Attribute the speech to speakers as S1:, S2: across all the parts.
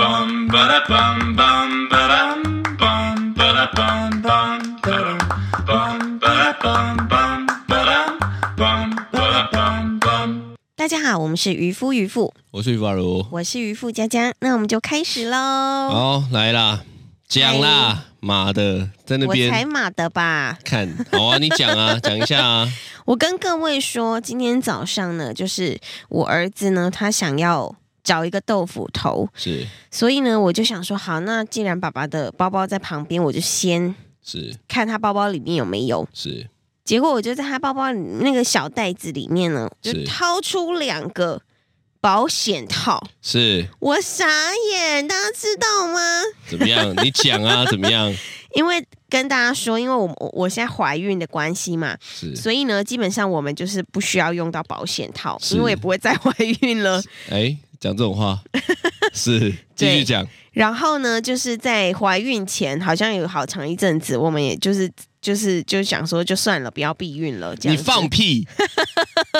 S1: bum ba da bum bum ba dum bum ba da bum bum ba dum bum ba da bum bum ba dum bum ba da bum bum.
S2: 大家好，我们是渔夫渔妇，
S3: 我是于法如。
S2: 我是渔妇佳佳，那我们就开始喽。
S3: 好，来啦，讲啦，妈的，在那
S2: 我才
S3: 边
S2: 马的吧。
S3: 看，好啊，你讲 啊，讲一下啊，
S2: 我跟各位说，今天早上呢，就是我儿子呢，他想要找一个豆腐头，
S3: 是
S2: 所以呢，我就想说，好，那既然爸爸的包包在旁边，我就先
S3: 是
S2: 看他包包里面有没有。
S3: 是，
S2: 结果我就在他包包里那个小袋子里面呢，就是掏出两个保险套，
S3: 是
S2: 我傻眼，大家知道吗？
S3: 怎么样？你讲 啊，怎么样？
S2: 因为跟大家说，因为我我我现在怀孕的关系嘛，
S3: 是，
S2: 所以呢，基本上我们就是不需要用到保险套，
S3: 是
S2: 因为我也不会再怀孕了。
S3: 哎，讲这种话，是继
S2: 对
S3: 续讲，
S2: 然后呢，就是在怀孕前，好像有好长一阵子，我们也就是就是就想说，就算了，不要避孕了。这
S3: 你
S2: 样子
S3: 放屁，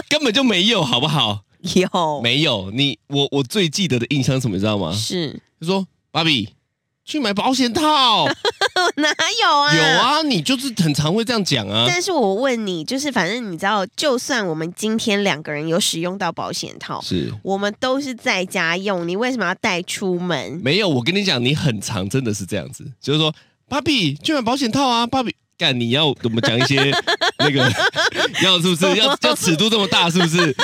S3: 根本就没有，好不好？
S2: 有
S3: 没有，你我我最记得的印象是什么，你知道吗？
S2: 是
S3: 他说芭比去买保险套，
S2: 哪有啊？
S3: 有。啊，你就是很常会这样讲啊。
S2: 但是我问你，就是反正你知道，就算我们今天两个人有使用到保险套，
S3: 是
S2: 我们都是在家用，你为什么要带出门？
S3: 没有，我跟你讲，你很常真的是这样子，就是说，芭比去买保险套啊，芭比干你要我们讲一些那个 要是不是要要尺度这么大是不是？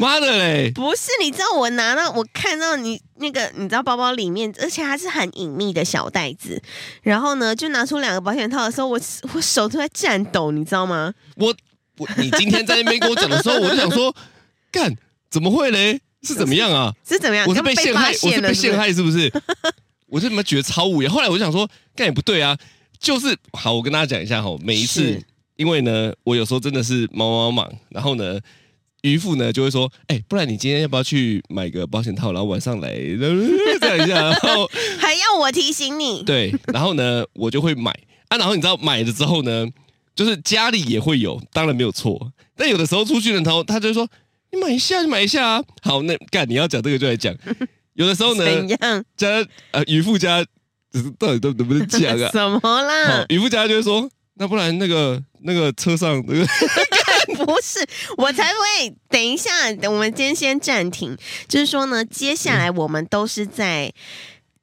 S3: 妈的嘞，
S2: 不是，你知道我拿到我看到你那个，你知道包包里面，而且还是很隐秘的小袋子。然后呢，就拿出两个保险套的时候，我我手都在颤抖，你知道吗？
S3: 我我你今天在那边跟我讲的时候，我就想说，干怎么会嘞？是怎么样啊？
S2: 是怎么样？
S3: 我是
S2: 刚被
S3: 被陷害，
S2: 发
S3: 我
S2: 现
S3: 是
S2: 了
S3: 被陷
S2: 是
S3: 害是 不是？我就他妈觉得超无言。后来我就想说，干也不对啊，就是好，我跟大家讲一下哈，每一次
S2: 是，
S3: 因为呢，我有时候真的是忙忙忙，然后呢。渔夫呢就会说：“哎、不然你今天要不要去买个保险套，然后晚上来 这样一下？”然后
S2: 不是还要我提醒你？
S3: 对，然后呢我就会买啊。然后你知道买了之后呢，就是家里也会有，当然没有错。但有的时候出去的时候，他就会说：“你买一下，你买一下啊。”好，那干你要讲这个就来讲。有的时候呢，
S2: 怎样？
S3: 家呃渔夫家，只是到底都能不能 讲啊？
S2: 什么
S3: 好
S2: 啦，？
S3: 渔夫家就会说，那不然那个那个车上那个
S2: 不是，我才不会。等一下，等我们今天先暂停。就是说呢，接下来我们都是在，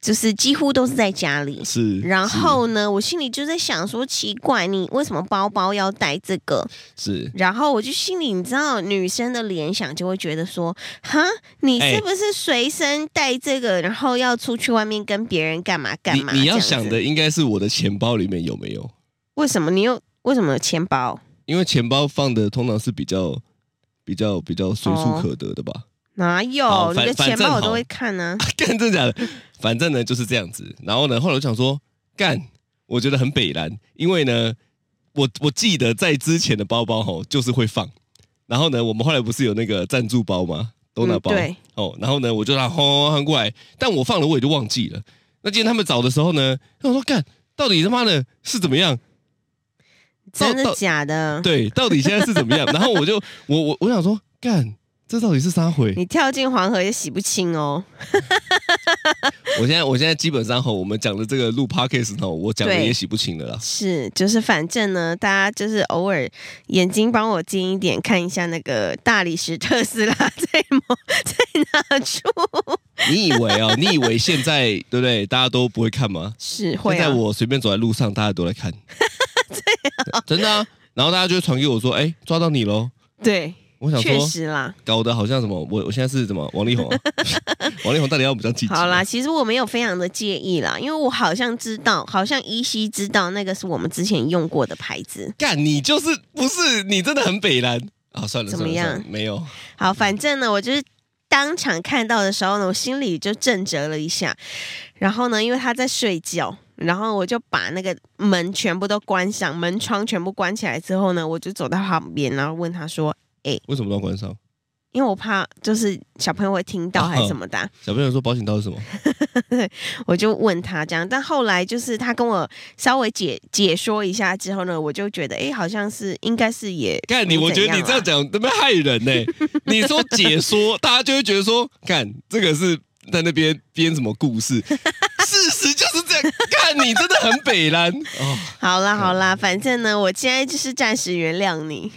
S2: 就是几乎 都是在家里。
S3: 是，
S2: 然后呢，我心里就在想说，奇怪，你为什么包包要带这个？
S3: 是
S2: 然后我就心里，你知道，女生的联想就会觉得说，哈，你
S3: 哎
S2: 是不是随身带这个，然后要出去外面跟别人干嘛
S3: 是
S2: 干嘛？
S3: 你你要
S2: 这样子
S3: 想的，应该是我的钱包里面有没有，
S2: 为什么你又为什么有钱包？
S3: 因为钱包放的通常是比较比较比较随
S2: 哦
S3: 处可得的吧。
S2: 哪有
S3: 好
S2: 你的
S3: 反
S2: 钱包我
S3: 反正
S2: 都
S3: 好
S2: 会看啊呢、
S3: 干真的假的？反正呢就是这样子。然后呢，后来我想说，干，我觉得很北蓝，因为呢，我我记得在之前的包包吼就是会放。然后呢，我们后来不是有那个赞助包吗？都拿包、
S2: 嗯对
S3: 哦。然后呢，我就让轰轰轰过来，但我放了我也就忘记了。那今天他们找的时候呢，我说干，到底他妈的是怎么样？到
S2: 真的
S3: 到
S2: 假的？
S3: 对，到底现在是怎么样？然后我就我我我想说，干，这到底是啥回？
S2: 你跳进黄河也洗不清哦。
S3: 我现在我现在基本上吼，我们讲的这个录 podcast 吼，我讲的
S2: 对
S3: 也洗不清了啦。
S2: 是，就是反正呢，大家就是偶尔眼睛帮我近一点看一下那个大理石特斯拉 在某在哪处，
S3: 你以为 哦？你以为现在对不对？大家都不会看吗？
S2: 是会
S3: 现在
S2: 啊，
S3: 我随便走在路上，大家都 来看，真的、啊。然后大家就会传给我说：“哎、抓到你喽
S2: 对，！”
S3: 我想
S2: 确
S3: 说，
S2: 实啦。
S3: 搞得好像什么，我我现在是什么王力 宏、啊？王力宏到底要不要记？
S2: 好啦，，其实我没有非常的介意啦，因为我好像知道，好像依稀知道那个是我们之前用过的牌子。
S3: 干你就是不是你真的很北蓝啊！算了，
S2: 怎么
S3: 算了
S2: 样
S3: 算了没有，
S2: 好，反正呢，我就是当场看到的时候呢，我心里就震折了一下。然后呢，因为他在睡觉，然后我就把那个门全部都关上，门窗全部关起来之后呢，我就走到旁边，然后问他说，
S3: 为什么都要关上？
S2: 因为我怕就是小朋友会听到
S3: 嗯
S2: 还是什么的啊、
S3: 小朋友说保险套是什么？
S2: 我就问他这样。但后来就是他跟我稍微解解说一下之后呢，我就觉得，哎，好像是应该是也
S3: 干你，啊
S2: 没
S3: 我
S2: 怎啊
S3: 觉得你
S2: 啦
S3: 这 样讲特别害人呢、你说解说，大家就会觉得说，干这个是在那边编什么故 事，事实就是这样。看你真的很北 蓝哦，
S2: 好啦好啦，反正呢，我现在就是暂时原谅你。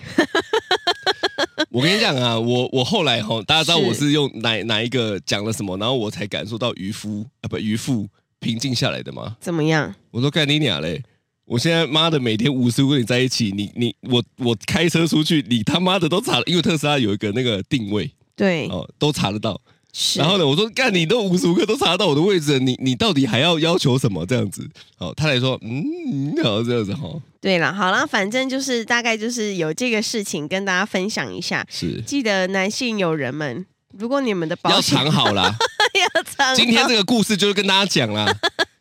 S3: 我跟你讲啊，我我后来哈，大家知道
S2: 是
S3: 我是用哪哪一个讲了什么，然后我才感受到渔夫啊不渔夫平静下来的吗？
S2: 怎么样？
S3: 我说干你娘嘞！我现在妈的每天五十跟你在一起，你你我我开车出去，你他妈的都查了，因为特斯拉有一个那个定位
S2: 对，
S3: 哦，都查得到。
S2: 是。
S3: 然后呢，我说干你都无时无刻都查到我的位置了，你你到底还要要求什么这样子？哦，他来说，嗯，然后这样子哈、哦，
S2: 对了，好啦，反正就是大概就是有这个事情跟大家分享一下。
S3: 是
S2: 记得男性友人们，如果你们的保
S3: 要
S2: 险
S3: 藏好啦。
S2: 要藏
S3: 今天这个故事就是跟大家 讲啦，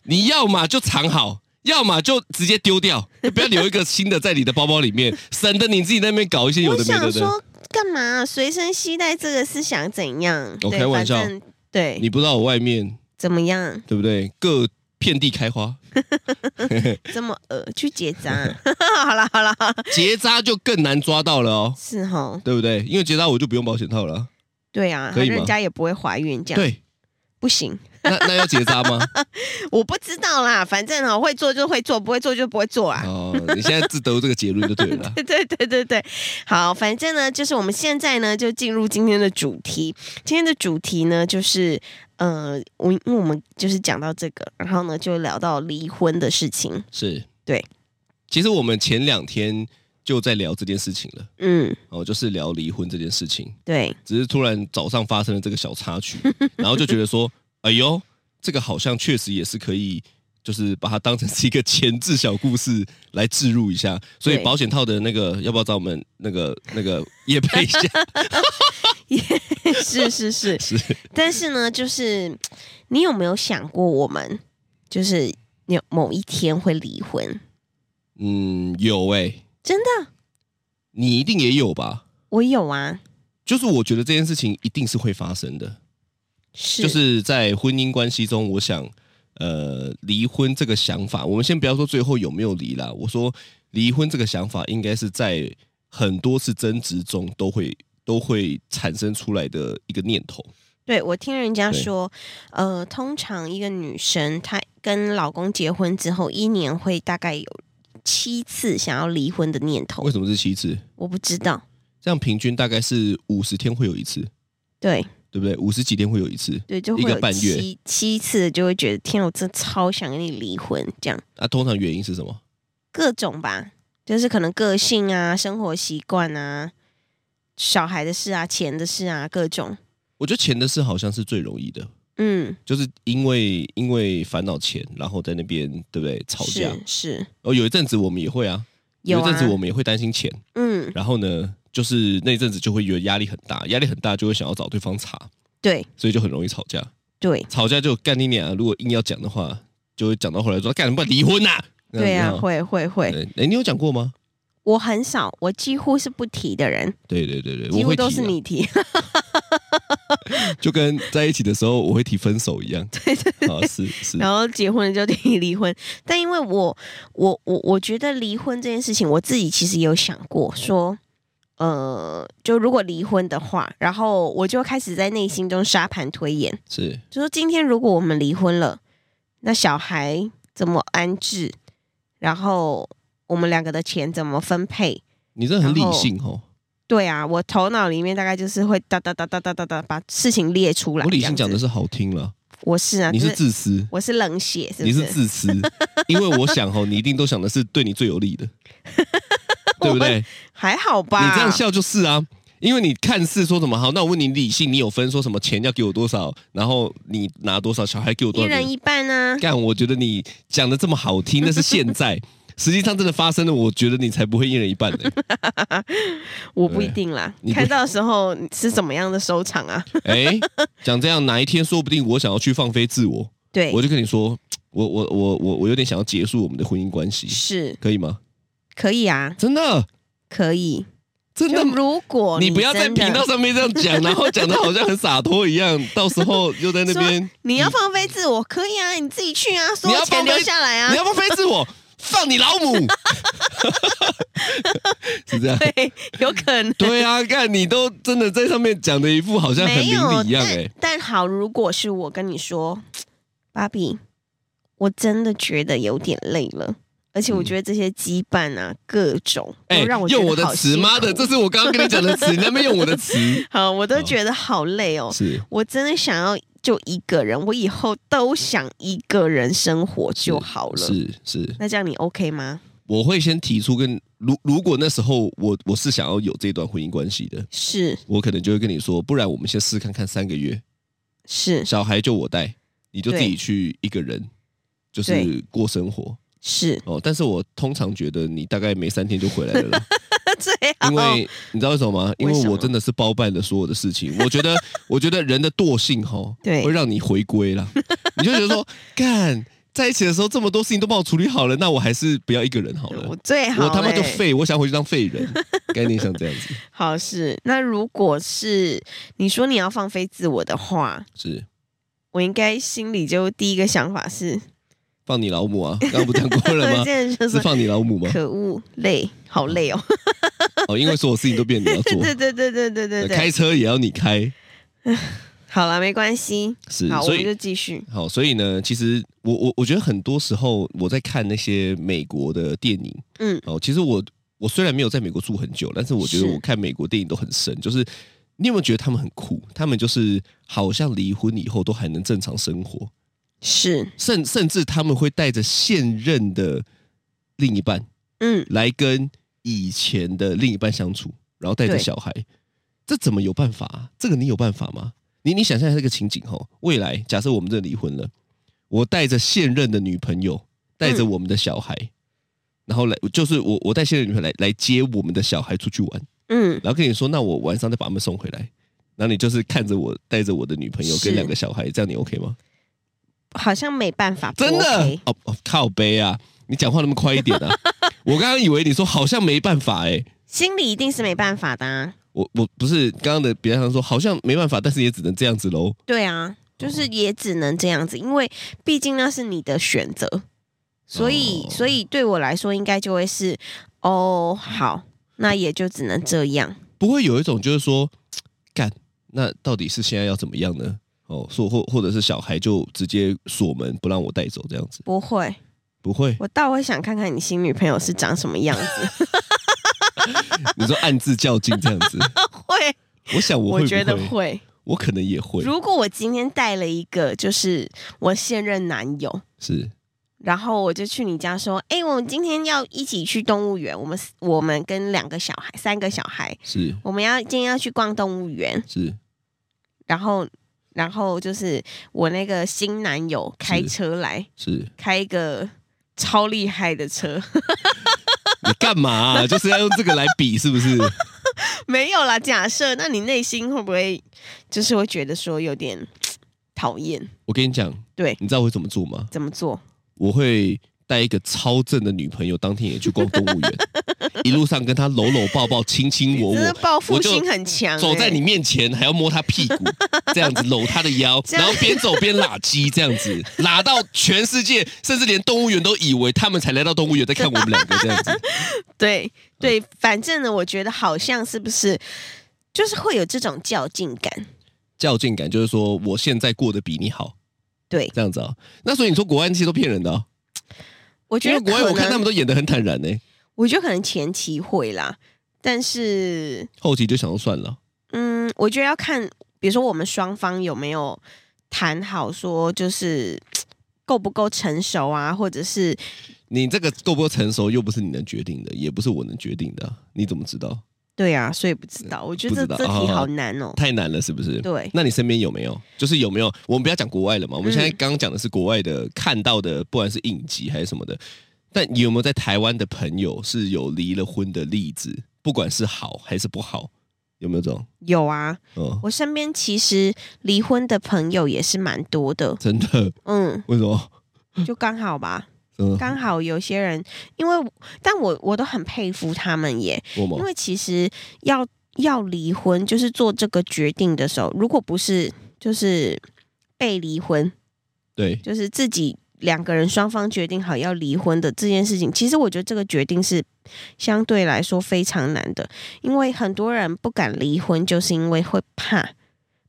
S3: 你要嘛就藏好，要么就直接丢掉，不要留一个新的在你的包包里面， 省得你自己在那边搞一些有
S2: 我
S3: 的没
S2: 想
S3: 的的。
S2: 说干嘛随身携带这个是想怎样？
S3: 我
S2: 对
S3: 开玩笑
S2: 反正对，
S3: 你不知道我外面
S2: 怎么样
S3: 对不对？各遍地 开花，
S2: 这么恶去结 扎？好啦好啦，好啦
S3: 结扎就更难抓到了哦，
S2: 是吼，
S3: 对不对？因为结扎我就不用保险套了啊。
S2: 对啊，
S3: 可以吗
S2: 人家也不会怀孕这样，
S3: 对，
S2: 不行，
S3: 那那要结扎吗？
S2: 我不知道啦，反正哦会做就会做，不会做就不会做啊。
S3: 哦，你现在自得这个结论就对了啦。
S2: 对 对对对对，好，反正呢，就是我们现在呢就进入今天的主题。今天的主题呢，就是呃，我因为我们就是讲到这个，然后呢就聊到离婚的事情。
S3: 是，
S2: 对。
S3: 其实我们前两天就在聊这件事情了，
S2: 嗯，
S3: 哦，就是聊离婚这件事情，
S2: 对，
S3: 只是突然早上发生了这个小插曲，然后就觉得说，哎呦，这个好像确实也是可以。就是把它当成是一个前置小故事来置入一下，所以
S2: 对
S3: 保险套的那个要不要找我们那个那个也配一下？
S2: 是是是
S3: 是
S2: 但是呢，就是你有没有想过，我们就是有某一天会离婚？
S3: 嗯，有哎、
S2: 真的，
S3: 你一定也有吧？
S2: 我有啊，
S3: 就是我觉得这件事情一定是会发生的，
S2: 是
S3: 就是在婚姻关系中，我想，呃，离婚这个想法，我们先不要说最后有没有离啦，我说离婚这个想法应该是在很多次争执中都会都会产生出来的一个念头。
S2: 对我听人家
S3: 对
S2: 说，呃，通常一个女生她跟老公结婚之后，一年会大概有七次想要离婚的念头
S3: 为。什么是七次？
S2: 我不知道，
S3: 这样平均大概是五十天会有一次，
S2: 对
S3: 对不对？五十几天会有一次。
S2: 对，就
S3: 一
S2: 会
S3: 个
S2: 有
S3: 半月
S2: 七七次，就会觉得天啊，我真的超想跟你离婚，这样
S3: 那、通常原因是什么？
S2: 各种吧，就是可能个性啊、生活习惯啊、小孩的事啊、钱的事啊，各种。
S3: 我觉得钱的事好像是最容易的。
S2: 嗯，
S3: 就是因为因为烦恼钱，然后在那边对不对吵架？
S2: 是是
S3: 哦，有一阵子我们也会啊，
S2: 有
S3: 一阵子
S2: 啊
S3: 我，们也会担心钱，
S2: 嗯，
S3: 然后呢，就是那一阵子就会觉得压力很大，压力很大就会想要找对方茬，
S2: 对
S3: 所以就很容易吵架。
S2: 对
S3: 吵架就干你啊俩，如果硬要讲的话，就会讲到后来说干什么离婚呐、那
S2: 对啊，
S3: 你知道
S2: 会会会。
S3: 对哎，你有讲过吗？
S2: 我很少，我几乎是不提的人，
S3: 对对对对，
S2: 几
S3: 我
S2: 乎
S3: 会提、啊
S2: 都是，你提。
S3: 就跟在一起的时候我会提分手一 样。对对啊，是是，
S2: 然后结婚了就提离婚， 但因为我我我我觉得离婚这件事情，我自己其实也有想过说。呃，就如果离婚的话，然后我就开始在内心中沙盘推演，
S3: 是
S2: 就说今天如果我们离婚了，那小孩怎么安置，然后我们两个的钱怎么分配？
S3: 你这很理
S2: 然后
S3: 性哦。
S2: 对啊，我头脑里面大概就是会哒哒哒哒哒哒哒把事情列出来。
S3: 我理
S2: 这样
S3: 性讲
S2: 子
S3: 的是好听了，
S2: 我是啊，
S3: 你
S2: 就是
S3: 自私。
S2: 我是冷血，是不
S3: 你
S2: 是？
S3: 是自私，因为我想吼，哦你一定都想的是对你最有利 的，对不对？你
S2: 还好吧？
S3: 这样笑就是啊，因为你看似说什么好，那我问你理性，你有分说什么钱要给我多少，然后你拿多少，小孩给我
S2: 一
S3: 多少
S2: 人
S3: 钱？
S2: 一半啊呢、
S3: 干，我觉得你讲的这么好听，那是现在，实际上真的发生了，我觉得你才不会一人一半 呢、
S2: 我不一定啦
S3: 你，不
S2: 看到的时候是怎么样的收场啊？
S3: 哎，讲这样，哪一天说不定我想要去放飞自我，
S2: 对，
S3: 我就跟你说，我我我我我有点想要结束我们的婚姻关系，
S2: 是
S3: 可以吗？
S2: 可以啊，
S3: 真的，
S2: 可以。
S3: 真
S2: 就
S3: 的吗
S2: 如果
S3: 你不要在
S2: 真的
S3: 频道上面这样讲，然后讲的好像很洒脱一样，到时候又在那边
S2: 说你要放飞自我，可以啊，你自己去啊，所
S3: 你要
S2: 有钱
S3: 放飞
S2: 留下来啊
S3: 你。要放飞自我，放你老母， 是这样。
S2: 对，有可能。
S3: 对啊，看你都真的在上面讲的一副好像很
S2: 没
S3: 明
S2: 有，
S3: 理一样哎、欸。
S2: 但但好，如果是我跟你说，芭比，我真的觉得有点累了，而且我觉得这些羁绊啊，各种
S3: 嗯哎、
S2: 都让我觉
S3: 用
S2: 得
S3: 我的
S2: 好哦
S3: 词，
S2: 辛
S3: 妈的，
S2: 苦
S3: 这是我刚刚跟你讲的词，你那边用我的词，
S2: 好，我都
S3: 哦
S2: 觉得好累哦。
S3: 是
S2: 我真的想要就一个人，我以后都想一个人生活就好了。
S3: 是是，
S2: 那这样你 OK 吗？
S3: 我会先提出跟如如果那时候我我是想要有这段婚姻关系的，
S2: 是
S3: 我可能就会跟你说，不然我们先试看看三个月，
S2: 是
S3: 小孩就我带，你就自
S2: 对
S3: 己去一个人，就是
S2: 对
S3: 过生活
S2: 是，
S3: 哦。但是我通常觉得你大概没三天就回来了啦，
S2: 最好
S3: 因为你知道为什么吗？因
S2: 哦为什
S3: 为
S2: 么
S3: 我真的是包办了所有的事情。我觉得，我觉得人的惰性哈，
S2: 对
S3: 会让你回归啦。你就觉得说，干在一起的时候这么多事情都帮我处理好了，那我还是不要一个人好了
S2: 我。最好、
S3: 我
S2: 欸，
S3: 他妈就废，我想回去当废人，概念像这样子
S2: 好是。那如果是你说你要放飞自我的话，
S3: 是。
S2: 我应该心里就第一个想法是，
S3: 放你老母啊！刚刚不讲过了吗
S2: 这？件事
S3: 是
S2: 就是
S3: 放你老母吗？
S2: 可恶，累，好累哦。
S3: 哦，因为所有事情都变你要 做，
S2: 对对对对对对
S3: 开
S2: 对，
S3: 车也要你开，
S2: 好了，没关系。
S3: 是，
S2: 好，我
S3: 所
S2: 们就
S3: 以
S2: 继续。
S3: 好，所以呢，其实我我我觉得很多时候我在看那些美国的电影，
S2: 嗯，
S3: 哦，其实我我虽然没有在美国住很久，但是我觉得
S2: 是
S3: 我看美国电影都很深，就是你有没有觉得他们很酷？他们就是好像离婚以后都还能正常生活，
S2: 是，
S3: 甚甚至他们会带着现任的另一半
S2: 嗯，
S3: 来跟以前的另一半相处，然后带着
S2: 对
S3: 小孩，这怎么有办法、啊？这个你有办法吗？你你想象一下这个情景吼，未来假设我们这离婚了，我带着现任的女朋友，带着我们的小孩，
S2: 嗯
S3: 然后来就是我我带现任女朋友来来接我们的小孩出去玩，
S2: 嗯，
S3: 然后跟你说，那我晚上再把他们送回来。然后你就是看着我带着我的女朋友
S2: 是
S3: 跟两个小孩，这样你 OK 吗？
S2: 好像没办法，不
S3: 真的、
S2: OK
S3: 哦哦，靠背啊！你讲话那么快一点 啊！我刚刚以为你说好像没办法哎、
S2: 心里一定是没办法的、啊。
S3: 我我不是刚刚的比方说，好像没办法，但是也只能这样子喽。
S2: 对啊，就是也只能这样子，因为毕竟那是你的选择，所以、
S3: 哦
S2: 所以对我来说，应该就会是哦，好，那也就只能这样。
S3: 不会有一种就是说，干，那到底是现在要怎么样呢？哦，说或或者是小孩就直接锁门不让我带走这样子，
S2: 不会，
S3: 不会？
S2: 我倒会想看看你新女朋友是长什么样 子。
S3: 你说暗自较劲这样子，
S2: 会，
S3: 我想我会
S2: 我
S3: 不
S2: 觉得
S3: 会，
S2: 会。
S3: 我可能也会，
S2: 如果我今天带了一个就是我现任男友，
S3: 是
S2: 然后我就去你家说，哎、我们今天要一起去动物园，我们我们跟两个小孩、三个小孩，
S3: 是
S2: 我们要今天要去逛动物园，
S3: 是
S2: 然后然后就是我那个新男友开
S3: 是
S2: 车来，
S3: 是，你
S2: 开一个超厉害的车，
S3: 干嘛啊、就是要用这个来比是不是？
S2: 没有啦，假设，那你内心会不会就是会觉得说有点讨厌？
S3: 我跟你讲，
S2: 对，
S3: 你知道我会怎么做吗？
S2: 怎么做？
S3: 我会带一个超正的女朋友，当天也去逛动物 园，一路上跟她搂搂抱抱、亲亲我
S2: 真的
S3: 我，
S2: 报复
S3: 我就
S2: 心很强、欸，
S3: 走在你面前还要摸她屁股，这样子搂她的腰，
S2: 这
S3: 然
S2: 样
S3: 后边走边拉鸡，这样子拉到全世界，甚至连动物园都以为他们才来到动物园在看我们两个这 样子。
S2: 对对，反正呢，我觉得好像是不是就是会有这种较劲感？
S3: 较劲感就是说，我现在过得比你好，
S2: 对，
S3: 这样子啊、那所以你说国外那些都骗人的、哦，
S2: 我
S3: 因
S2: 觉
S3: 为
S2: 得
S3: 国外
S2: 可
S3: 我看他
S2: 能，
S3: 们都演得很坦然欸呢、
S2: 我觉得可能前期会啦，但是
S3: 后期就想说算了，
S2: 嗯，我觉得要看，比如说我们双方有没有谈好说，就是够不够成熟啊，或者是
S3: 你这个够不够成熟又不是你能决定的，也不是我能决定的啊，你怎么知道？
S2: 对啊，所以不知道，我觉
S3: 不
S2: 得
S3: 知
S2: 这
S3: 道
S2: 这题
S3: 哦
S2: 好难哦。
S3: 太难了，是不是？
S2: 对，
S3: 那你身边有没有？就是有没有？我们不要讲国外了嘛，我们现在刚刚讲的是国外的看到的，不管是影集还是什么的。但你有没有在台湾的朋友是有离了婚的例子？不管是好还是不好，有没有这种？
S2: 有啊，
S3: 嗯，
S2: 我身边其实离婚的朋友也是蛮多的，
S3: 真的？
S2: 嗯，
S3: 为什么？
S2: 就刚好吧，
S3: 嗯，
S2: 刚好有些人，因为但我我都很佩服他们耶，
S3: 我吗
S2: 因？为其实要要离婚，就是做这个决定的时候，如果不是就是被离婚，
S3: 对
S2: 就是自己两个人双方决定好要离婚的这件事情，其实我觉得这个决定是相对来说非常难的，因为很多人不敢离婚，就是因为会怕，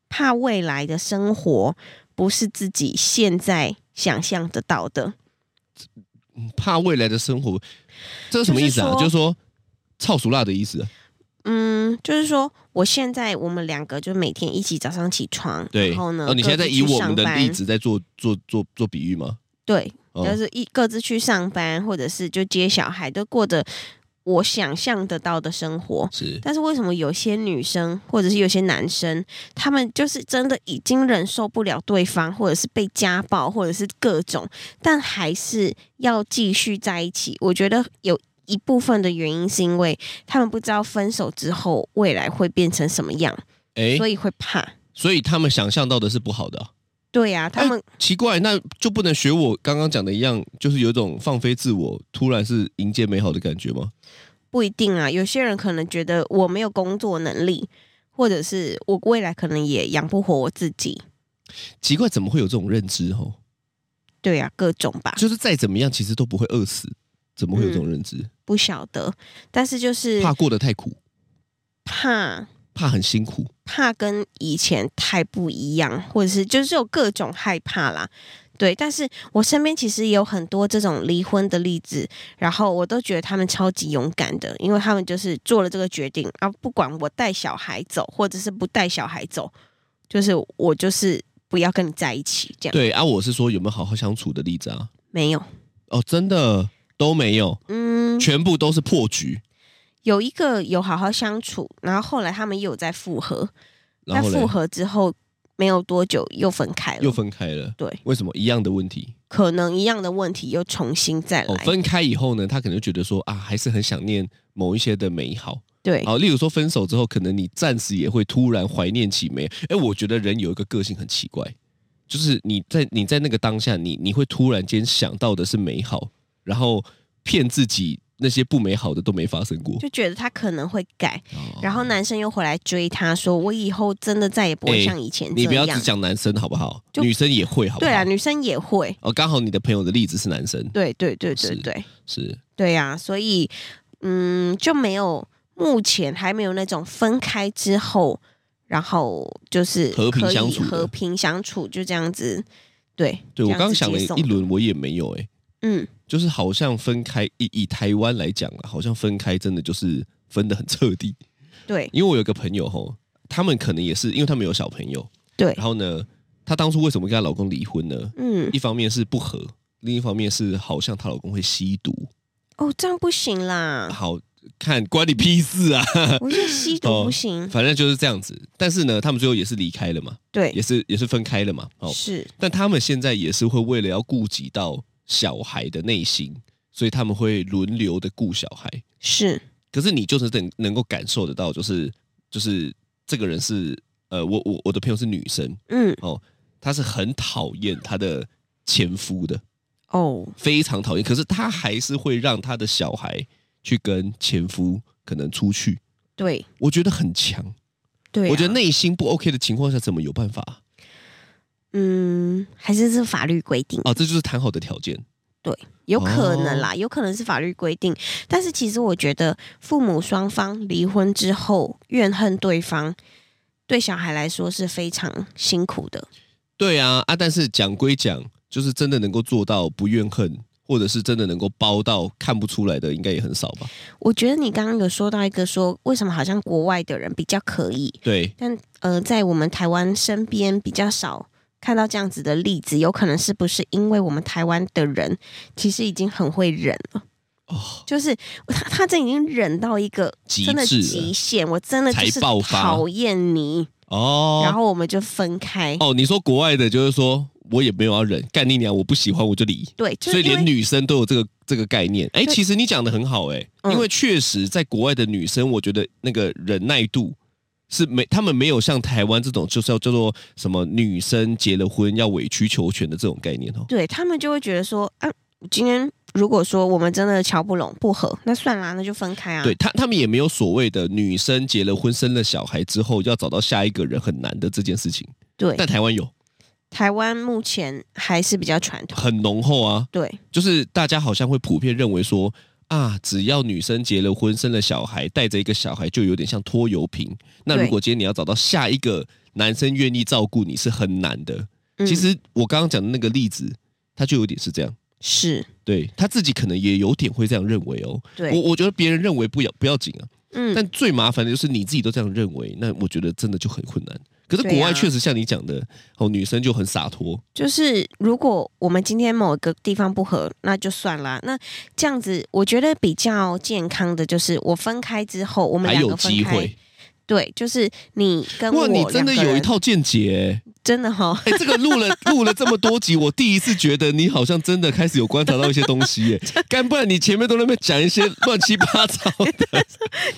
S2: 怕未来的生活不是自己现在想象得到的。
S3: 怕未来的生活，这是什么意思啊？
S2: 就
S3: 就是是说，操俗辣的意思啊。
S2: 嗯，就是说，我现在我们两个就每天一起早上起床，
S3: 对，
S2: 然后呢，
S3: 哦，你现在
S2: 各
S3: 在
S2: 自
S3: 以
S2: 去
S3: 我们的
S2: 上班
S3: 例子在做做做做比喻吗？
S2: 对，
S3: 哦
S2: 就是一各自去上班，或者是就接小孩，都过着我想象得到的生活。
S3: 是
S2: 但是为什么有些女生或者是有些男生，他们就是真的已经忍受不了对方，或者是被家暴，或者是各种，但还是要继续在一起？我觉得有一部分的原因是因为他们不知道分手之后未来会变成什么样，
S3: 哎、
S2: 所以会怕。
S3: 所以他们想象到的是不好的啊、
S2: 对呀、他们
S3: 奇怪，那就不能学我刚刚讲的一样，就是有一种放飞自我，突然是迎接美好的感觉吗？
S2: 不一定啊，有些人可能觉得我没有工作能力，或者是我未来可能也养不活我自己。
S3: 奇怪，怎么会有这种认知？哦，
S2: 对啊，各种吧，
S3: 就是再怎么样，其实都不会饿死，怎么会有
S2: 嗯
S3: 这种认知？
S2: 不晓得。但是就是
S3: 怕过得太苦，
S2: 怕
S3: 怕很辛苦。
S2: 怕跟以前太不一样，或者是就是有各种害怕啦。对，但是我身边其实也有很多这种离婚的例子，然后我都觉得他们超级勇敢的，因为他们就是做了这个决定啊，不管我带小孩走，或者是不带小孩走，就是我就是不要跟你在一起这样。
S3: 对啊，我是说有没有好好相处的例子啊？
S2: 没有，
S3: 哦，真的都没有，
S2: 嗯，
S3: 全部都是破局。
S2: 有一个有好好相处，然后后来他们又有在复合，
S3: 然
S2: 但
S3: 后嘞
S2: 复，合之后没有多久又分开了，
S3: 又分开了。
S2: 对，
S3: 为什么一样的问题？
S2: 可能一样的问题又重新再来，
S3: 哦，分开以后呢，他可能觉得说啊，还是很想念某一些的美好。
S2: 对
S3: 好，例如说分手之后，可能你暂时也会突然怀念起美。哎，我觉得人有一个个性很奇怪，就是你在你在那个当下，你你会突然间想到的是美好，然后骗自己那些不美好的都没发生过。
S2: 就觉得他可能会改，
S3: 哦
S2: 然后男生又回来追她说：“我以后真的再也不会
S3: 哎
S2: 像以前这
S3: 你不要
S2: 样。
S3: 只讲男生好不好？
S2: 就
S3: 女生也会好不好？
S2: 对啊，女生也会，
S3: 哦，刚好你的朋友的例子是男生，
S2: 对对对对
S3: 是
S2: 对
S3: 是
S2: 对呀、所以嗯，就没有目前还没有那种分开之后，然后就是
S3: 和平
S2: 可以
S3: 相处的
S2: 和平相处就这样子。对，
S3: 对我
S2: 这样
S3: 刚刚
S2: 子
S3: 想了
S2: 接送
S3: 一轮，我也没有哎、
S2: 嗯，
S3: 就是好像分开以以台湾来讲啊，好像分开真的就是分得很彻底。
S2: 对
S3: 因为我有个朋友吼，他们可能也是因为他们有小朋友，
S2: 对，
S3: 然后呢，她当初为什么跟她老公离婚呢？
S2: 嗯，
S3: 一方面是不和，另一方面是好像她老公会吸毒。
S2: 哦，这样不行啦，
S3: 好看关你屁事啊！
S2: 我觉得吸毒不行，
S3: 哦反正就是这样子。但是呢，他们最后也是离开了嘛，也
S2: 对，
S3: 是也是分开了嘛。哦，
S2: 是，
S3: 但他们现在也是会为了要顾及到小孩的内心，所以他们会轮流的顾小孩。
S2: 是，
S3: 可是你就是能能够感受得到，就是就是这个人是呃，我我我的朋友是女生，
S2: 嗯，
S3: 她是很讨厌她的前夫的，
S2: 哦，
S3: 非常讨厌。可是她还是会让她的小孩去跟前夫可能出去，
S2: 对
S3: 我觉得很强。
S2: 对啊、
S3: 我觉得内心不 OK 的情况下，怎么有办法啊？
S2: 嗯，还是是法律规定，
S3: 啊这就是谈好的条件。
S2: 有可能啦，有可能是法律规定。但是其实我觉得，父母双方离婚之后怨恨对方，对小孩来说是非常辛苦的。
S3: 对啊，啊，但是讲归讲，就是真的能够做到不怨恨，或者是真的能够包到看不出来的，应该也很少吧？
S2: 我觉得你刚刚有说到一个说，为什么好像国外的人比较可以，
S3: 对，
S2: 但呃，在我们台湾身边比较少看到这样子的例子，有可能是不是因为我们台湾的人其实已经很会忍了？
S3: 哦，
S2: 就是他他这已经忍到一个
S3: 极
S2: 真的
S3: 致了
S2: 极限，我真的就
S3: 才
S2: 是
S3: 爆发
S2: 讨厌你，
S3: 哦，
S2: 然后我们就分开。
S3: 哦，你说国外的，就是说我也没有要忍，干你娘，我不喜欢我就离，
S2: 对，就是
S3: 所以
S2: 因为
S3: 连女生都有这个这个概念。哎，
S2: 对
S3: 其实你讲的很好、诶，哎、
S2: 嗯
S3: 因为确实在国外的女生，我觉得那个忍耐度是没，他们没有像台湾这种就是要叫做什么女生结了婚要委曲求全的这种概念哦。
S2: 对他们就会觉得说，啊，今天如果说我们真的瞧不拢不合，那算啦，那就分开啊。
S3: 对他，他们也没有所谓的女生结了婚、生了小孩之后要找到下一个人很难的这件事情，
S2: 对
S3: 但台湾有，
S2: 台湾目前还是比较传统，
S3: 很浓厚啊。
S2: 对，
S3: 就是大家好像会普遍认为说啊，只要女生结了婚、生了小孩，带着一个小孩就有点像拖油瓶。那
S2: 对
S3: 如果今天你要找到下一个男生愿意照顾你是很难的。
S2: 嗯
S3: 其实我刚刚讲的那个例子，他就有点是这样，
S2: 是
S3: 对他自己可能也有点会这样认为哦。我
S2: 对，
S3: 我觉得别人认为不要不要紧啊，
S2: 嗯，
S3: 但最麻烦的就是你自己都这样认为，那我觉得真的就很困难。可是
S2: 对啊
S3: 国外确实像你讲的，哦，女生就很洒脱，
S2: 就是如果我们今天某个地方不合，那就算啦。那这样子，我觉得比较健康的就是我分开之后，我们
S3: 还
S2: 两
S3: 有
S2: 个分
S3: 机
S2: 开
S3: 会。。
S2: 对，就是你跟我
S3: 哇，你真的有一
S2: 两个人，
S3: 套见解欸、
S2: 真的哈、
S3: 哎、这个录 了录了这么多集，我第一次觉得你好像真的开始有观察到一些东西 耶，干不然你前面都在那边讲一些乱七八糟的。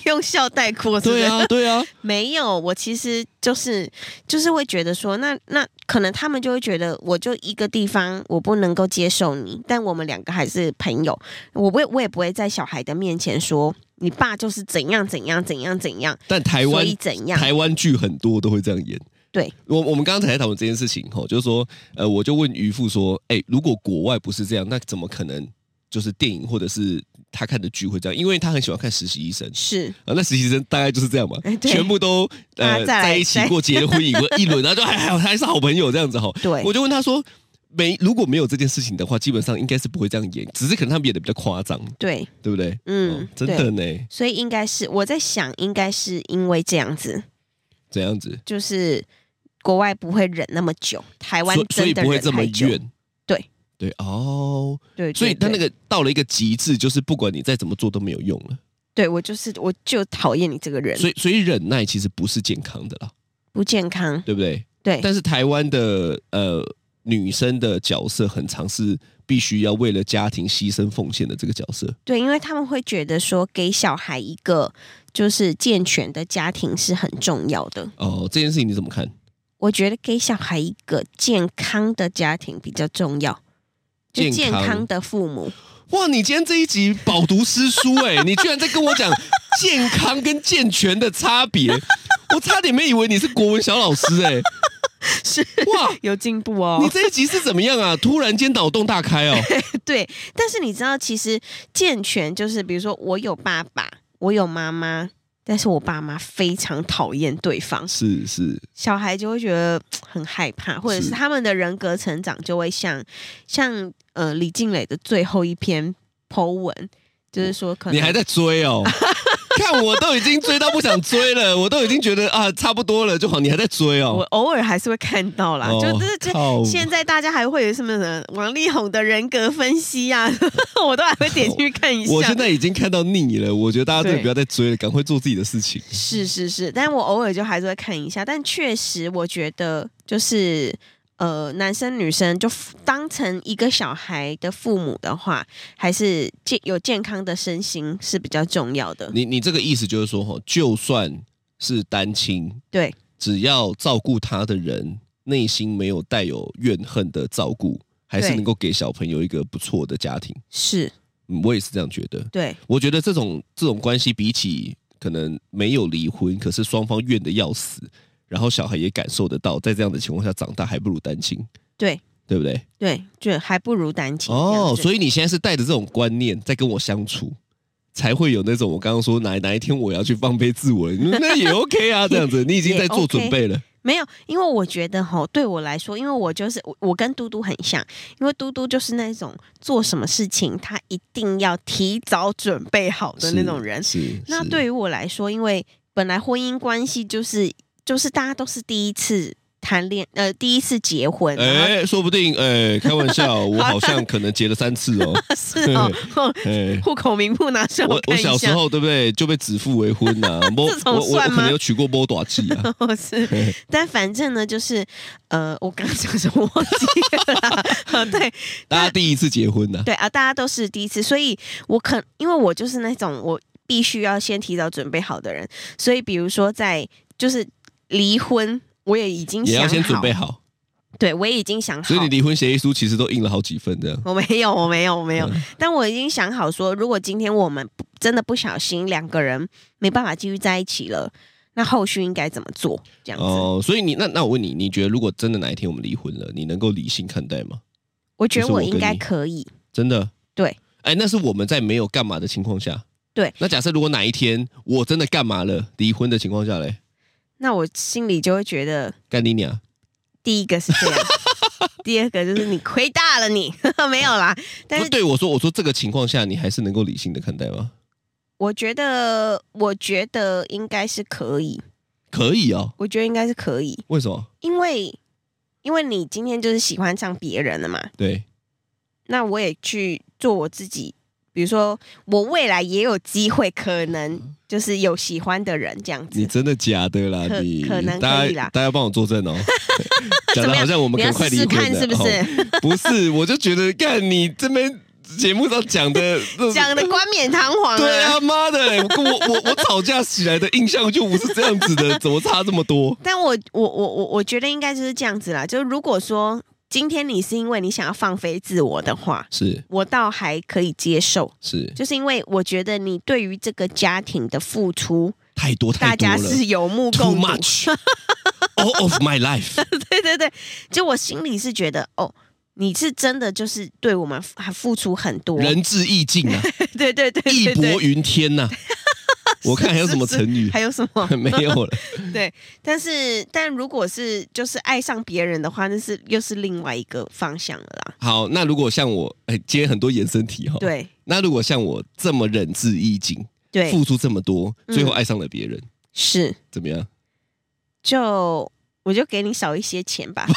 S2: 用笑带过，是不是
S3: 对啊，对啊，
S2: 没有，我其实就是就是会觉得说，那那可能他们就会觉得，我就一个地方我不能够接受你，但我们两个还是朋友，我不会我也不会在小孩的面前说你爸就是怎样怎样怎样怎样，
S3: 但台
S2: 所
S3: 湾
S2: 以怎样，
S3: 台湾剧很多都会这样演。
S2: 对，
S3: 我我们刚刚才在讨论这件事情吼，就是说，呃，我就问渔夫说，哎、如果国外不是这样，那怎么可能就是电影或者是他看的剧会这样？因为他很喜欢看实习医生。
S2: 是
S3: 啊，那实习生大概就是这样嘛
S2: 哎，对
S3: 全部都
S2: 大
S3: 呃
S2: 家再来
S3: 在一起过结了婚一轮一轮，然后就还还还是好朋友这样子吼。
S2: 对
S3: 我就问他说，没如果没有这件事情的话，基本上应该是不会这样演，只是可能他们演的比较夸张，
S2: 对，
S3: 对不对？
S2: 嗯
S3: 哦，真
S2: 对
S3: 的呢，
S2: 所以应该是我在想，应该是因为这样子，
S3: 怎样子？
S2: 就是国外不会忍那么久，台湾
S3: 所以所
S2: 真
S3: 以
S2: 的
S3: 不会
S2: 忍
S3: 这么
S2: 太久，
S3: 怨。
S2: 对
S3: 对哦，
S2: 对，对
S3: 所以他
S2: 对
S3: 那个到了一个极致，就是不管你再怎么做都没有用了。
S2: 对我就是我就讨厌你这个人，
S3: 所以所以忍耐其实不是健康的啦，
S2: 不健康，
S3: 对不对？
S2: 对，
S3: 但是台湾的呃女生的角色很常是必须要为了家庭牺牲奉献的这个角色，
S2: 对，因为他们会觉得说，给小孩一个就是健全的家庭是很重要的。
S3: 哦，这件事情你怎么看？
S2: 我觉得给小孩一个健康的家庭比较重要，就
S3: 健
S2: 健
S3: 康
S2: 康的父母。
S3: 哇，你今天这一集饱读诗书哎、你居然在跟我讲健康跟健全的差别，我差点没以为你是国文小老师 哎、
S2: 是
S3: 哇，
S2: 有进步
S3: 你
S2: 哦，
S3: 这一集是怎么样啊？突然间脑洞大开哦，
S2: 对。但是你知道，其实健全就是，比如说我有爸爸，我有妈妈，但是我爸妈非常讨厌对方，
S3: 是是，
S2: 小孩就会觉得嘖很害怕，或者是
S3: 是
S2: 他们的人格成长就会像像呃李静蕾的最后一篇 Po 文，就是说可能
S3: 你还在追 哦。看，我都已经追到不想追了，我都已经觉得啊，差不多了就好。你还在追
S2: 我
S3: 哦？
S2: 偶尔还是会看到啦，
S3: 哦
S2: 就就是就
S3: 靠
S2: 现在大家还会有什么什么王力宏的人格分析呀、 我都还会点进去看一下。
S3: 我现在已经看到腻了，我觉得大家真的
S2: 对
S3: 不要再追了，赶快做自己的事情。
S2: 是是是，但我偶尔就还是会看一下，但确实我觉得就是呃，男生女生就 f- 当成一个小孩的父母的话，还是健有健康的身心是比较重要的。
S3: 你你这个意思就是说，哈，就算是单亲，
S2: 对，
S3: 只要照顾他的人内心没有带有怨恨的照顾，还是
S2: 对
S3: 能够给小朋友一个不错的家庭。
S2: 是，
S3: 嗯，我也是这样觉得。
S2: 对，
S3: 我觉得这种这种关系，比起可能没有离婚，可是双方怨的要死，然后小孩也感受得到，在这样的情况下长大，还不如单亲。
S2: 对，
S3: 对不对？
S2: 对，就还不如单亲这样
S3: 哦，
S2: 子
S3: 所以你现在是带着这种观念在跟我相处，才会有那种我刚刚说哪哪一天我要去放飞自我，嗯 那也 OK 啊，这样子，你已经在做准备了。
S2: 没有，因为我觉得哈，对我来说，因为我就是我，我跟嘟嘟很像，因为嘟嘟就是那种做什么事情他一定要提早准备好的那种人。
S3: 是，是
S2: 嗯那对于我来说，因为本来婚姻关系就是就是大家都是第一次谈恋呃第一次结婚，然后
S3: 哎，说不定哎，开玩笑，我好像可能结了三次 哦，
S2: 是 哦，哦
S3: 哎。
S2: 户口名簿拿出来
S3: 我我
S2: 看一
S3: 小时
S2: 下。
S3: 候对不对就被指腹为婚呐、 啊，我
S2: 这种
S3: 我我
S2: 算
S3: 可
S2: 吗
S3: 能有娶过波短记 啊，
S2: 哦是， 但反正呢，就是呃，我刚刚讲什么忘记了 啦呃对，
S3: 大家第一次结婚呐、
S2: 对啊，大家都是第一次，所以我可因为我就是那种我必须要先提早准备好的人，所以比如说在就是离婚，我也已经
S3: 也
S2: 想
S3: 要先准备
S2: 好，
S3: 好。
S2: 对我也已经想
S3: 所以
S2: 好
S3: 你。离婚协议书其实都印了好几份这样。
S2: 我没有，我没有，我没有
S3: 嗯，
S2: 但我已经想好说，如果今天我们不真的不小心两个人没办法继续在一起了，那后续应该怎么做？这样子，
S3: 哦、所以你那那我问你，你觉得如果真的哪一天我们离婚了，你能够理性看待吗？
S2: 我觉得
S3: 就是我
S2: 我
S3: 跟
S2: 应该
S3: 你
S2: 可以。
S3: 真的？
S2: 对。
S3: 哎，那是我们在没有干嘛的情况下。
S2: 对。
S3: 那假设如果哪一天我真的干嘛了，离婚的情况下嘞，
S2: 那我心里就会觉得，
S3: 干你娘！
S2: 第一个是这样， 第二个就是你亏大了你， 没有啦。但
S3: 不
S2: 是
S3: 对我说，我说这个情况下，你还是能够理性的看待吗？
S2: 我觉得，我觉得应该是可以，
S3: 可以哦。
S2: 我觉得应该是可以，
S3: 为什么？
S2: 因为因为你今天就是喜欢上别人了嘛，
S3: 对，
S2: 那我也去做我自己。比如说，我未来也有机会，可能就是有喜欢的人这样子。
S3: 嗯你真的假的啦？
S2: 可
S3: 你
S2: 可能
S3: 大
S2: 可以
S3: 家
S2: 啦
S3: 大家帮我作 证哦。讲的好像我们
S2: 你
S3: 可
S2: 要
S3: 能快
S2: 试
S3: 离
S2: 试
S3: 婚了，
S2: 看是不
S3: 哦
S2: 是？
S3: 不是，我就觉得，干你这边节目上讲 的，
S2: 讲的冠冕堂皇
S3: 对
S2: 啊！
S3: 啊，妈的嘞，我跟我我我吵架起来的印象就不是这样子的，怎么差这么多？
S2: 但我我我我我觉得应该就是这样子啦。就如果说今天你是因为你想要放飞自我的话，
S3: 是
S2: 我倒还可以接受，
S3: 是，
S2: 就是因为我觉得你对于这个家庭的付出，
S3: 太多
S2: 大
S3: 太多
S2: 家
S3: 了
S2: 是有目
S3: ，too
S2: 共睹。
S3: much。All of my life，
S2: 对对对，就我心里是觉得，哦，你是真的就是对我们还付出很多，
S3: 仁至义尽啊，
S2: 对对 对
S3: 义
S2: 对
S3: 薄
S2: 对，
S3: 云 天呐、我看还有什么成语？
S2: 还有什么？
S3: 没有了。
S2: 但是，但如果是就是爱上别人的话，那是又是另外一个方向了啦。
S3: 好，那如果像我，哎，今天很多延伸题哈、，
S2: 对
S3: 那如果像我这么仁至义尽，
S2: 对，
S3: 付出这么多，最后
S2: 嗯
S3: 爱上了别人，
S2: 是
S3: 怎么样？
S2: 就我就给你少一些钱 吧。！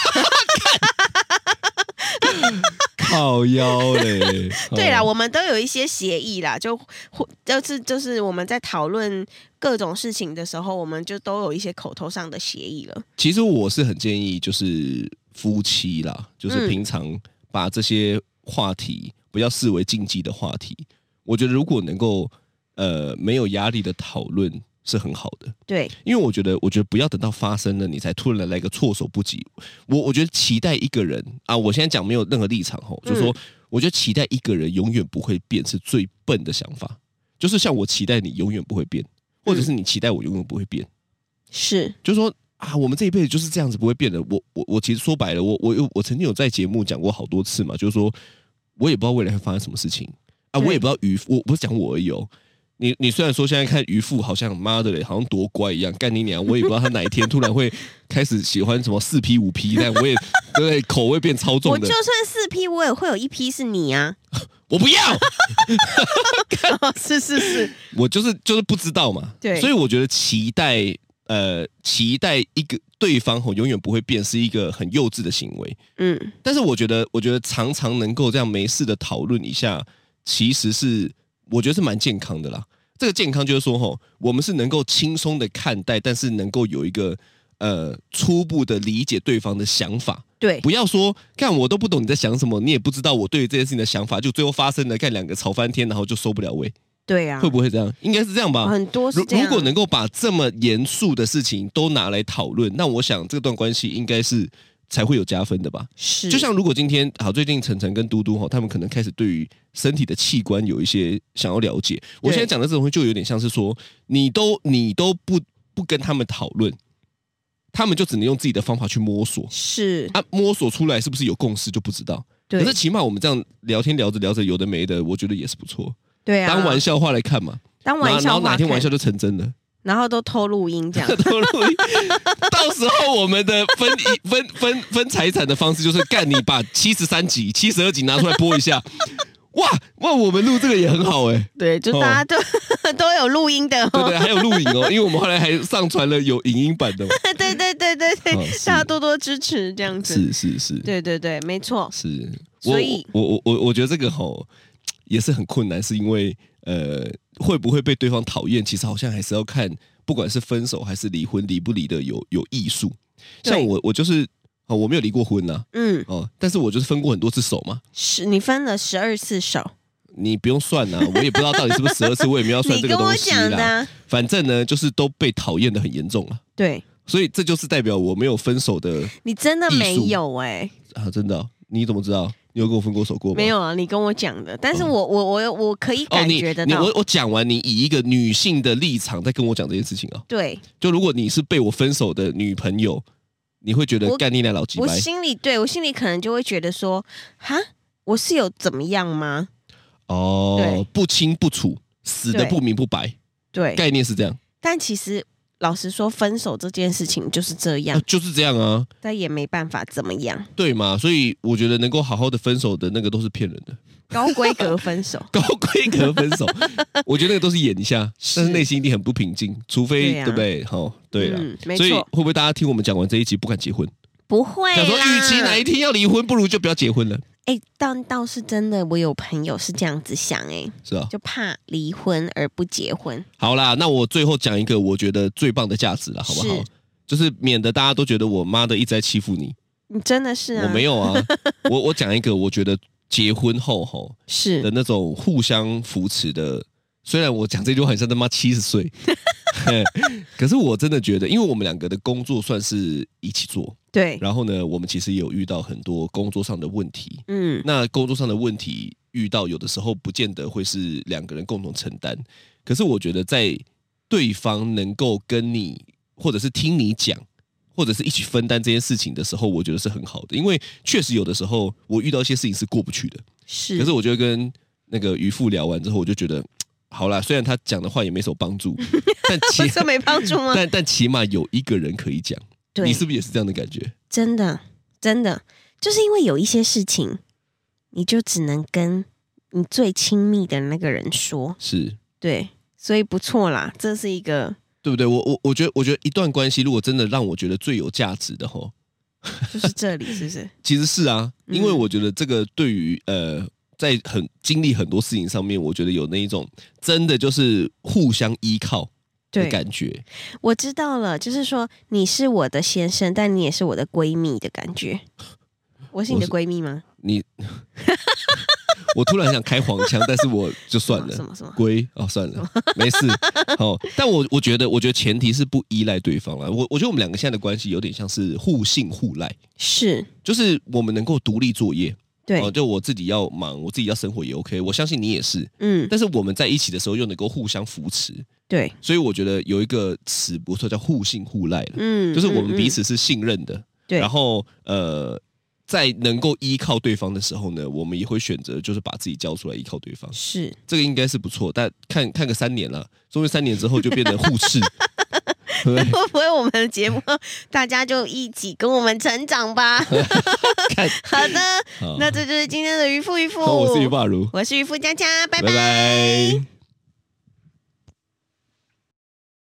S3: 靠腰嘞
S2: 对啦，
S3: 哦
S2: 我们都有一些协议啦，就或就是就是我们在讨论各种事情的时候，我们就都有一些口头上的协议了。
S3: 其实我是很建议，就是夫妻啦，就是
S2: 嗯
S3: 平常把这些话题不要视为禁忌的话题。我觉得如果能够呃没有压力的讨论是很好的，
S2: 对，
S3: 因为我觉得，我觉得不要等到发生了，你才突然来个措手不及。我我觉得期待一个人啊，我现在讲没有任何立场吼，就是说，我觉得期待一个人永远不会变是最笨的想法，就是像我期待你永远不会变，或者是你期待我永远不会变，
S2: 是，
S3: 就是说啊，我们这一辈子就是这样子不会变的。我我我其实说白了，我我有我曾经有在节目讲过好多次嘛，就是说我也不知道未来会发生什么事情啊，
S2: 对
S3: 我也不知道渔夫，我不是讲我而已哦。你你虽然说现在看渔夫好像妈的嘞，好像多乖一样，干你娘！我也不知道他哪一天突然会开始喜欢什么四 P 五 P，但我也 对不对口味变超
S2: 我
S3: 重
S2: 就
S3: 的，
S2: 算四批，我也会有一批是你 啊。
S3: 我不要，
S2: 是是是，
S3: 我就是就是不知道嘛。
S2: 对
S3: 所以我觉得期待呃期待一个对方吼永远不会变是一个很幼稚的行为。
S2: 嗯，
S3: 但是我觉得，我觉得常常能够这样没事的讨论一下，其实是我觉得是蛮健康的啦。这个健康就是说，吼，我们是能够轻松的看待，但是能够有一个呃初步的理解对方的想法，
S2: 对
S3: 不要说干我都不懂你在想什么，你也不知道我对于这件事情的想法，就最后发生了干两个吵翻天，然后就收不了尾，
S2: 对啊
S3: 会，不会这样？应该是这样吧。
S2: 很多是
S3: 如
S2: 这样
S3: 如
S2: 啊。
S3: 果能够把这么严肃的事情都拿来讨论，那我想这段关系应该是才会有加分的吧。
S2: 是，
S3: 就像如果今天好，最近晨晨跟嘟嘟哈，他们可能开始对于身体的器官有一些想要了解。我现在讲的这种东西就有点像是说，你都你都不不跟他们讨论，他们就只能用自己的方法去摸索
S2: 是，
S3: 啊，摸索出来是不是有共识就不知道。
S2: 对
S3: 可是起码我们这样聊天聊着聊着，有的没的，我觉得也是不错，
S2: 对啊，
S3: 当玩笑话来看嘛。
S2: 当
S3: 然
S2: 玩
S3: 后
S2: 笑
S3: 然后
S2: 话
S3: 哪天玩
S2: 看
S3: 笑就成真了，。
S2: 然后都偷录音这样
S3: 都录音到时候我们的分一分分分财产的方式就是干你把七十三集、七十二集拿出来播一下。哇哇，我们录这个也很好 哎、
S2: 对，就大家都、都 有录音的、
S3: 对
S2: 哦，
S3: 对，还有录影哦，因为我们后来还上传了有影 音版的嘛。
S2: 对对对对对，
S3: 哦是
S2: 大家多多支持这样子。
S3: 是是是
S2: 对对对，没错，
S3: 是，我
S2: 所以
S3: 我我我我觉得这个吼也是很困难，是因为呃会不会被对方讨厌，其实好像还是要看，不管是分手还是离婚，离不离的有有艺术。像
S2: 对
S3: 我我就是哦，我没有离过婚呐、
S2: 嗯，
S3: 哦，但是我就是分过很多次手嘛，
S2: 十你分了十二次手，
S3: 你不用算呐、我也不知道到底是不是 十二次，我也没有要算
S2: 你
S3: 这个
S2: 跟
S3: 东
S2: 我
S3: 西
S2: 讲的、
S3: 啦。
S2: 啊，
S3: 反正呢，就是都被讨厌的很严重了，啊
S2: 对
S3: 所以这就是代表我没有分手的
S2: 你真的没
S3: 艺术
S2: 有哎、
S3: 啊啊，真的哦、你怎么知道？你有跟我分过手过吗？
S2: 没有啊，你跟我讲的，但是我、我我我可以
S3: 哦，
S2: 感
S3: 你
S2: 觉得
S3: 你
S2: 到，
S3: 我我讲完，你以一个女性的立场在跟我讲这件事情啊。
S2: 对
S3: 就如果你是被我分手的女朋友，你会觉得
S2: 我
S3: 干你俩老鸡
S2: 我
S3: 掰
S2: 心里对我心里可能就会觉得说，哈，我是有怎么样吗？
S3: 哦
S2: 对，
S3: 不清不楚，死的
S2: 对
S3: 不明不白，
S2: 对，
S3: 概念是这样，
S2: 但其实老实说，分手这件事情就是这样
S3: 啊，就是这样啊，
S2: 但也没办法怎么样，
S3: 对嘛？所以我觉得能够好好的分手的那个都是骗人的，。
S2: 高规格分手
S3: 高规格分 手，我觉得那个都是演一下，但是内心一定很不平静，除非
S2: 对啊
S3: 对不对？好，对了
S2: 嗯，没
S3: 所以
S2: 错啊
S3: 会不会大家听我们讲完这一集不敢结婚？
S2: 不会
S3: 想说，
S2: 啦，
S3: 与其哪一天要离婚，不如就不要结婚了，
S2: 哎、倒倒是真的，我有朋友是这样子想、哎，
S3: 是吧？
S2: 就怕离婚而不结婚。
S3: 好啦，那我最后讲一个我觉得最棒的价值了，好不好
S2: 是？
S3: 就是免得大家都觉得我妈的一直在欺负你，
S2: 你真的是、啊，
S3: 我没有啊。我我讲一个我觉得结婚后吼的
S2: 是
S3: 那种互相扶持的，虽然我讲这句话很像他妈七十岁，嘿可是我真的觉得，因为我们两个的工作算是一起做，
S2: 对，
S3: 然后呢，我们其实也有遇到很多工作上的问题。
S2: 嗯，
S3: 那工作上的问题遇到，有的时候不见得会是两个人共同承担。可是我觉得，在对方能够跟你，或者是听你讲，或者是一起分担这件事情的时候，我觉得是很好的。因为确实有的时候，我遇到一些事情是过不去的。
S2: 是。
S3: 可是我就跟那个渔夫聊完之后，我就觉得，嘖好啦，虽然他讲的话也没什么帮助， 但 起
S2: 这没帮助吗？
S3: 但但起码有一个人可以讲。
S2: 对，
S3: 你是不是也是这样的感觉？
S2: 真的真的，就是因为有一些事情，你就只能跟你最亲密的那个人说，
S3: 是。
S2: 对，所以不错啦，这是一个
S3: 对不对？我我我觉得，我觉得一段关系如果真的让我觉得最有价值的吼，
S2: 就是这里是不是？
S3: 其实是啊，
S2: 嗯
S3: 因为我觉得这个对于呃，在很经历很多事情上面，我觉得有那一种真的就是互相依靠的
S2: 对，
S3: 感觉。
S2: 我知道了，就是说你是我的先生，但你也是我的闺蜜的感觉。我是你的
S3: 我是
S2: 闺蜜吗？
S3: 你， 我突然想开黄腔，但是我就算
S2: 什
S3: 了。
S2: 么什么？
S3: 龟哦，算了，没事。哦，但我我觉得，我觉得前提是不依赖对方了。我我觉得我们两个现在的关系有点像是互信互赖，
S2: 是，
S3: 就是我们能够独立作业，
S2: 对，
S3: 哦，就我自己要忙，我自己要生活也 OK，我相信你也是。
S2: 嗯，
S3: 但是我们在一起的时候又能够互相扶持，
S2: 对，
S3: 所以我觉得有一个词不错，叫互信互赖了，
S2: 嗯，
S3: 就是我
S2: 嗯
S3: 们彼，
S2: 嗯
S3: 此是信任的。
S2: 对
S3: 然后呃，在能够依靠对方的时候呢，我们也会选择就是把自己交出来依靠对方，
S2: 是
S3: 这个应该是不错。但看看个三年了，说不定三年之后就变得互 斥，对不对？
S2: 会不会我们的节目大家就一起跟我们成长 吧？
S3: 看，
S2: 好的，
S3: 好
S2: 那这就是今天的渔夫渔夫，
S3: 我是于霸如，
S2: 我是渔夫佳佳，拜
S3: 啊拜拜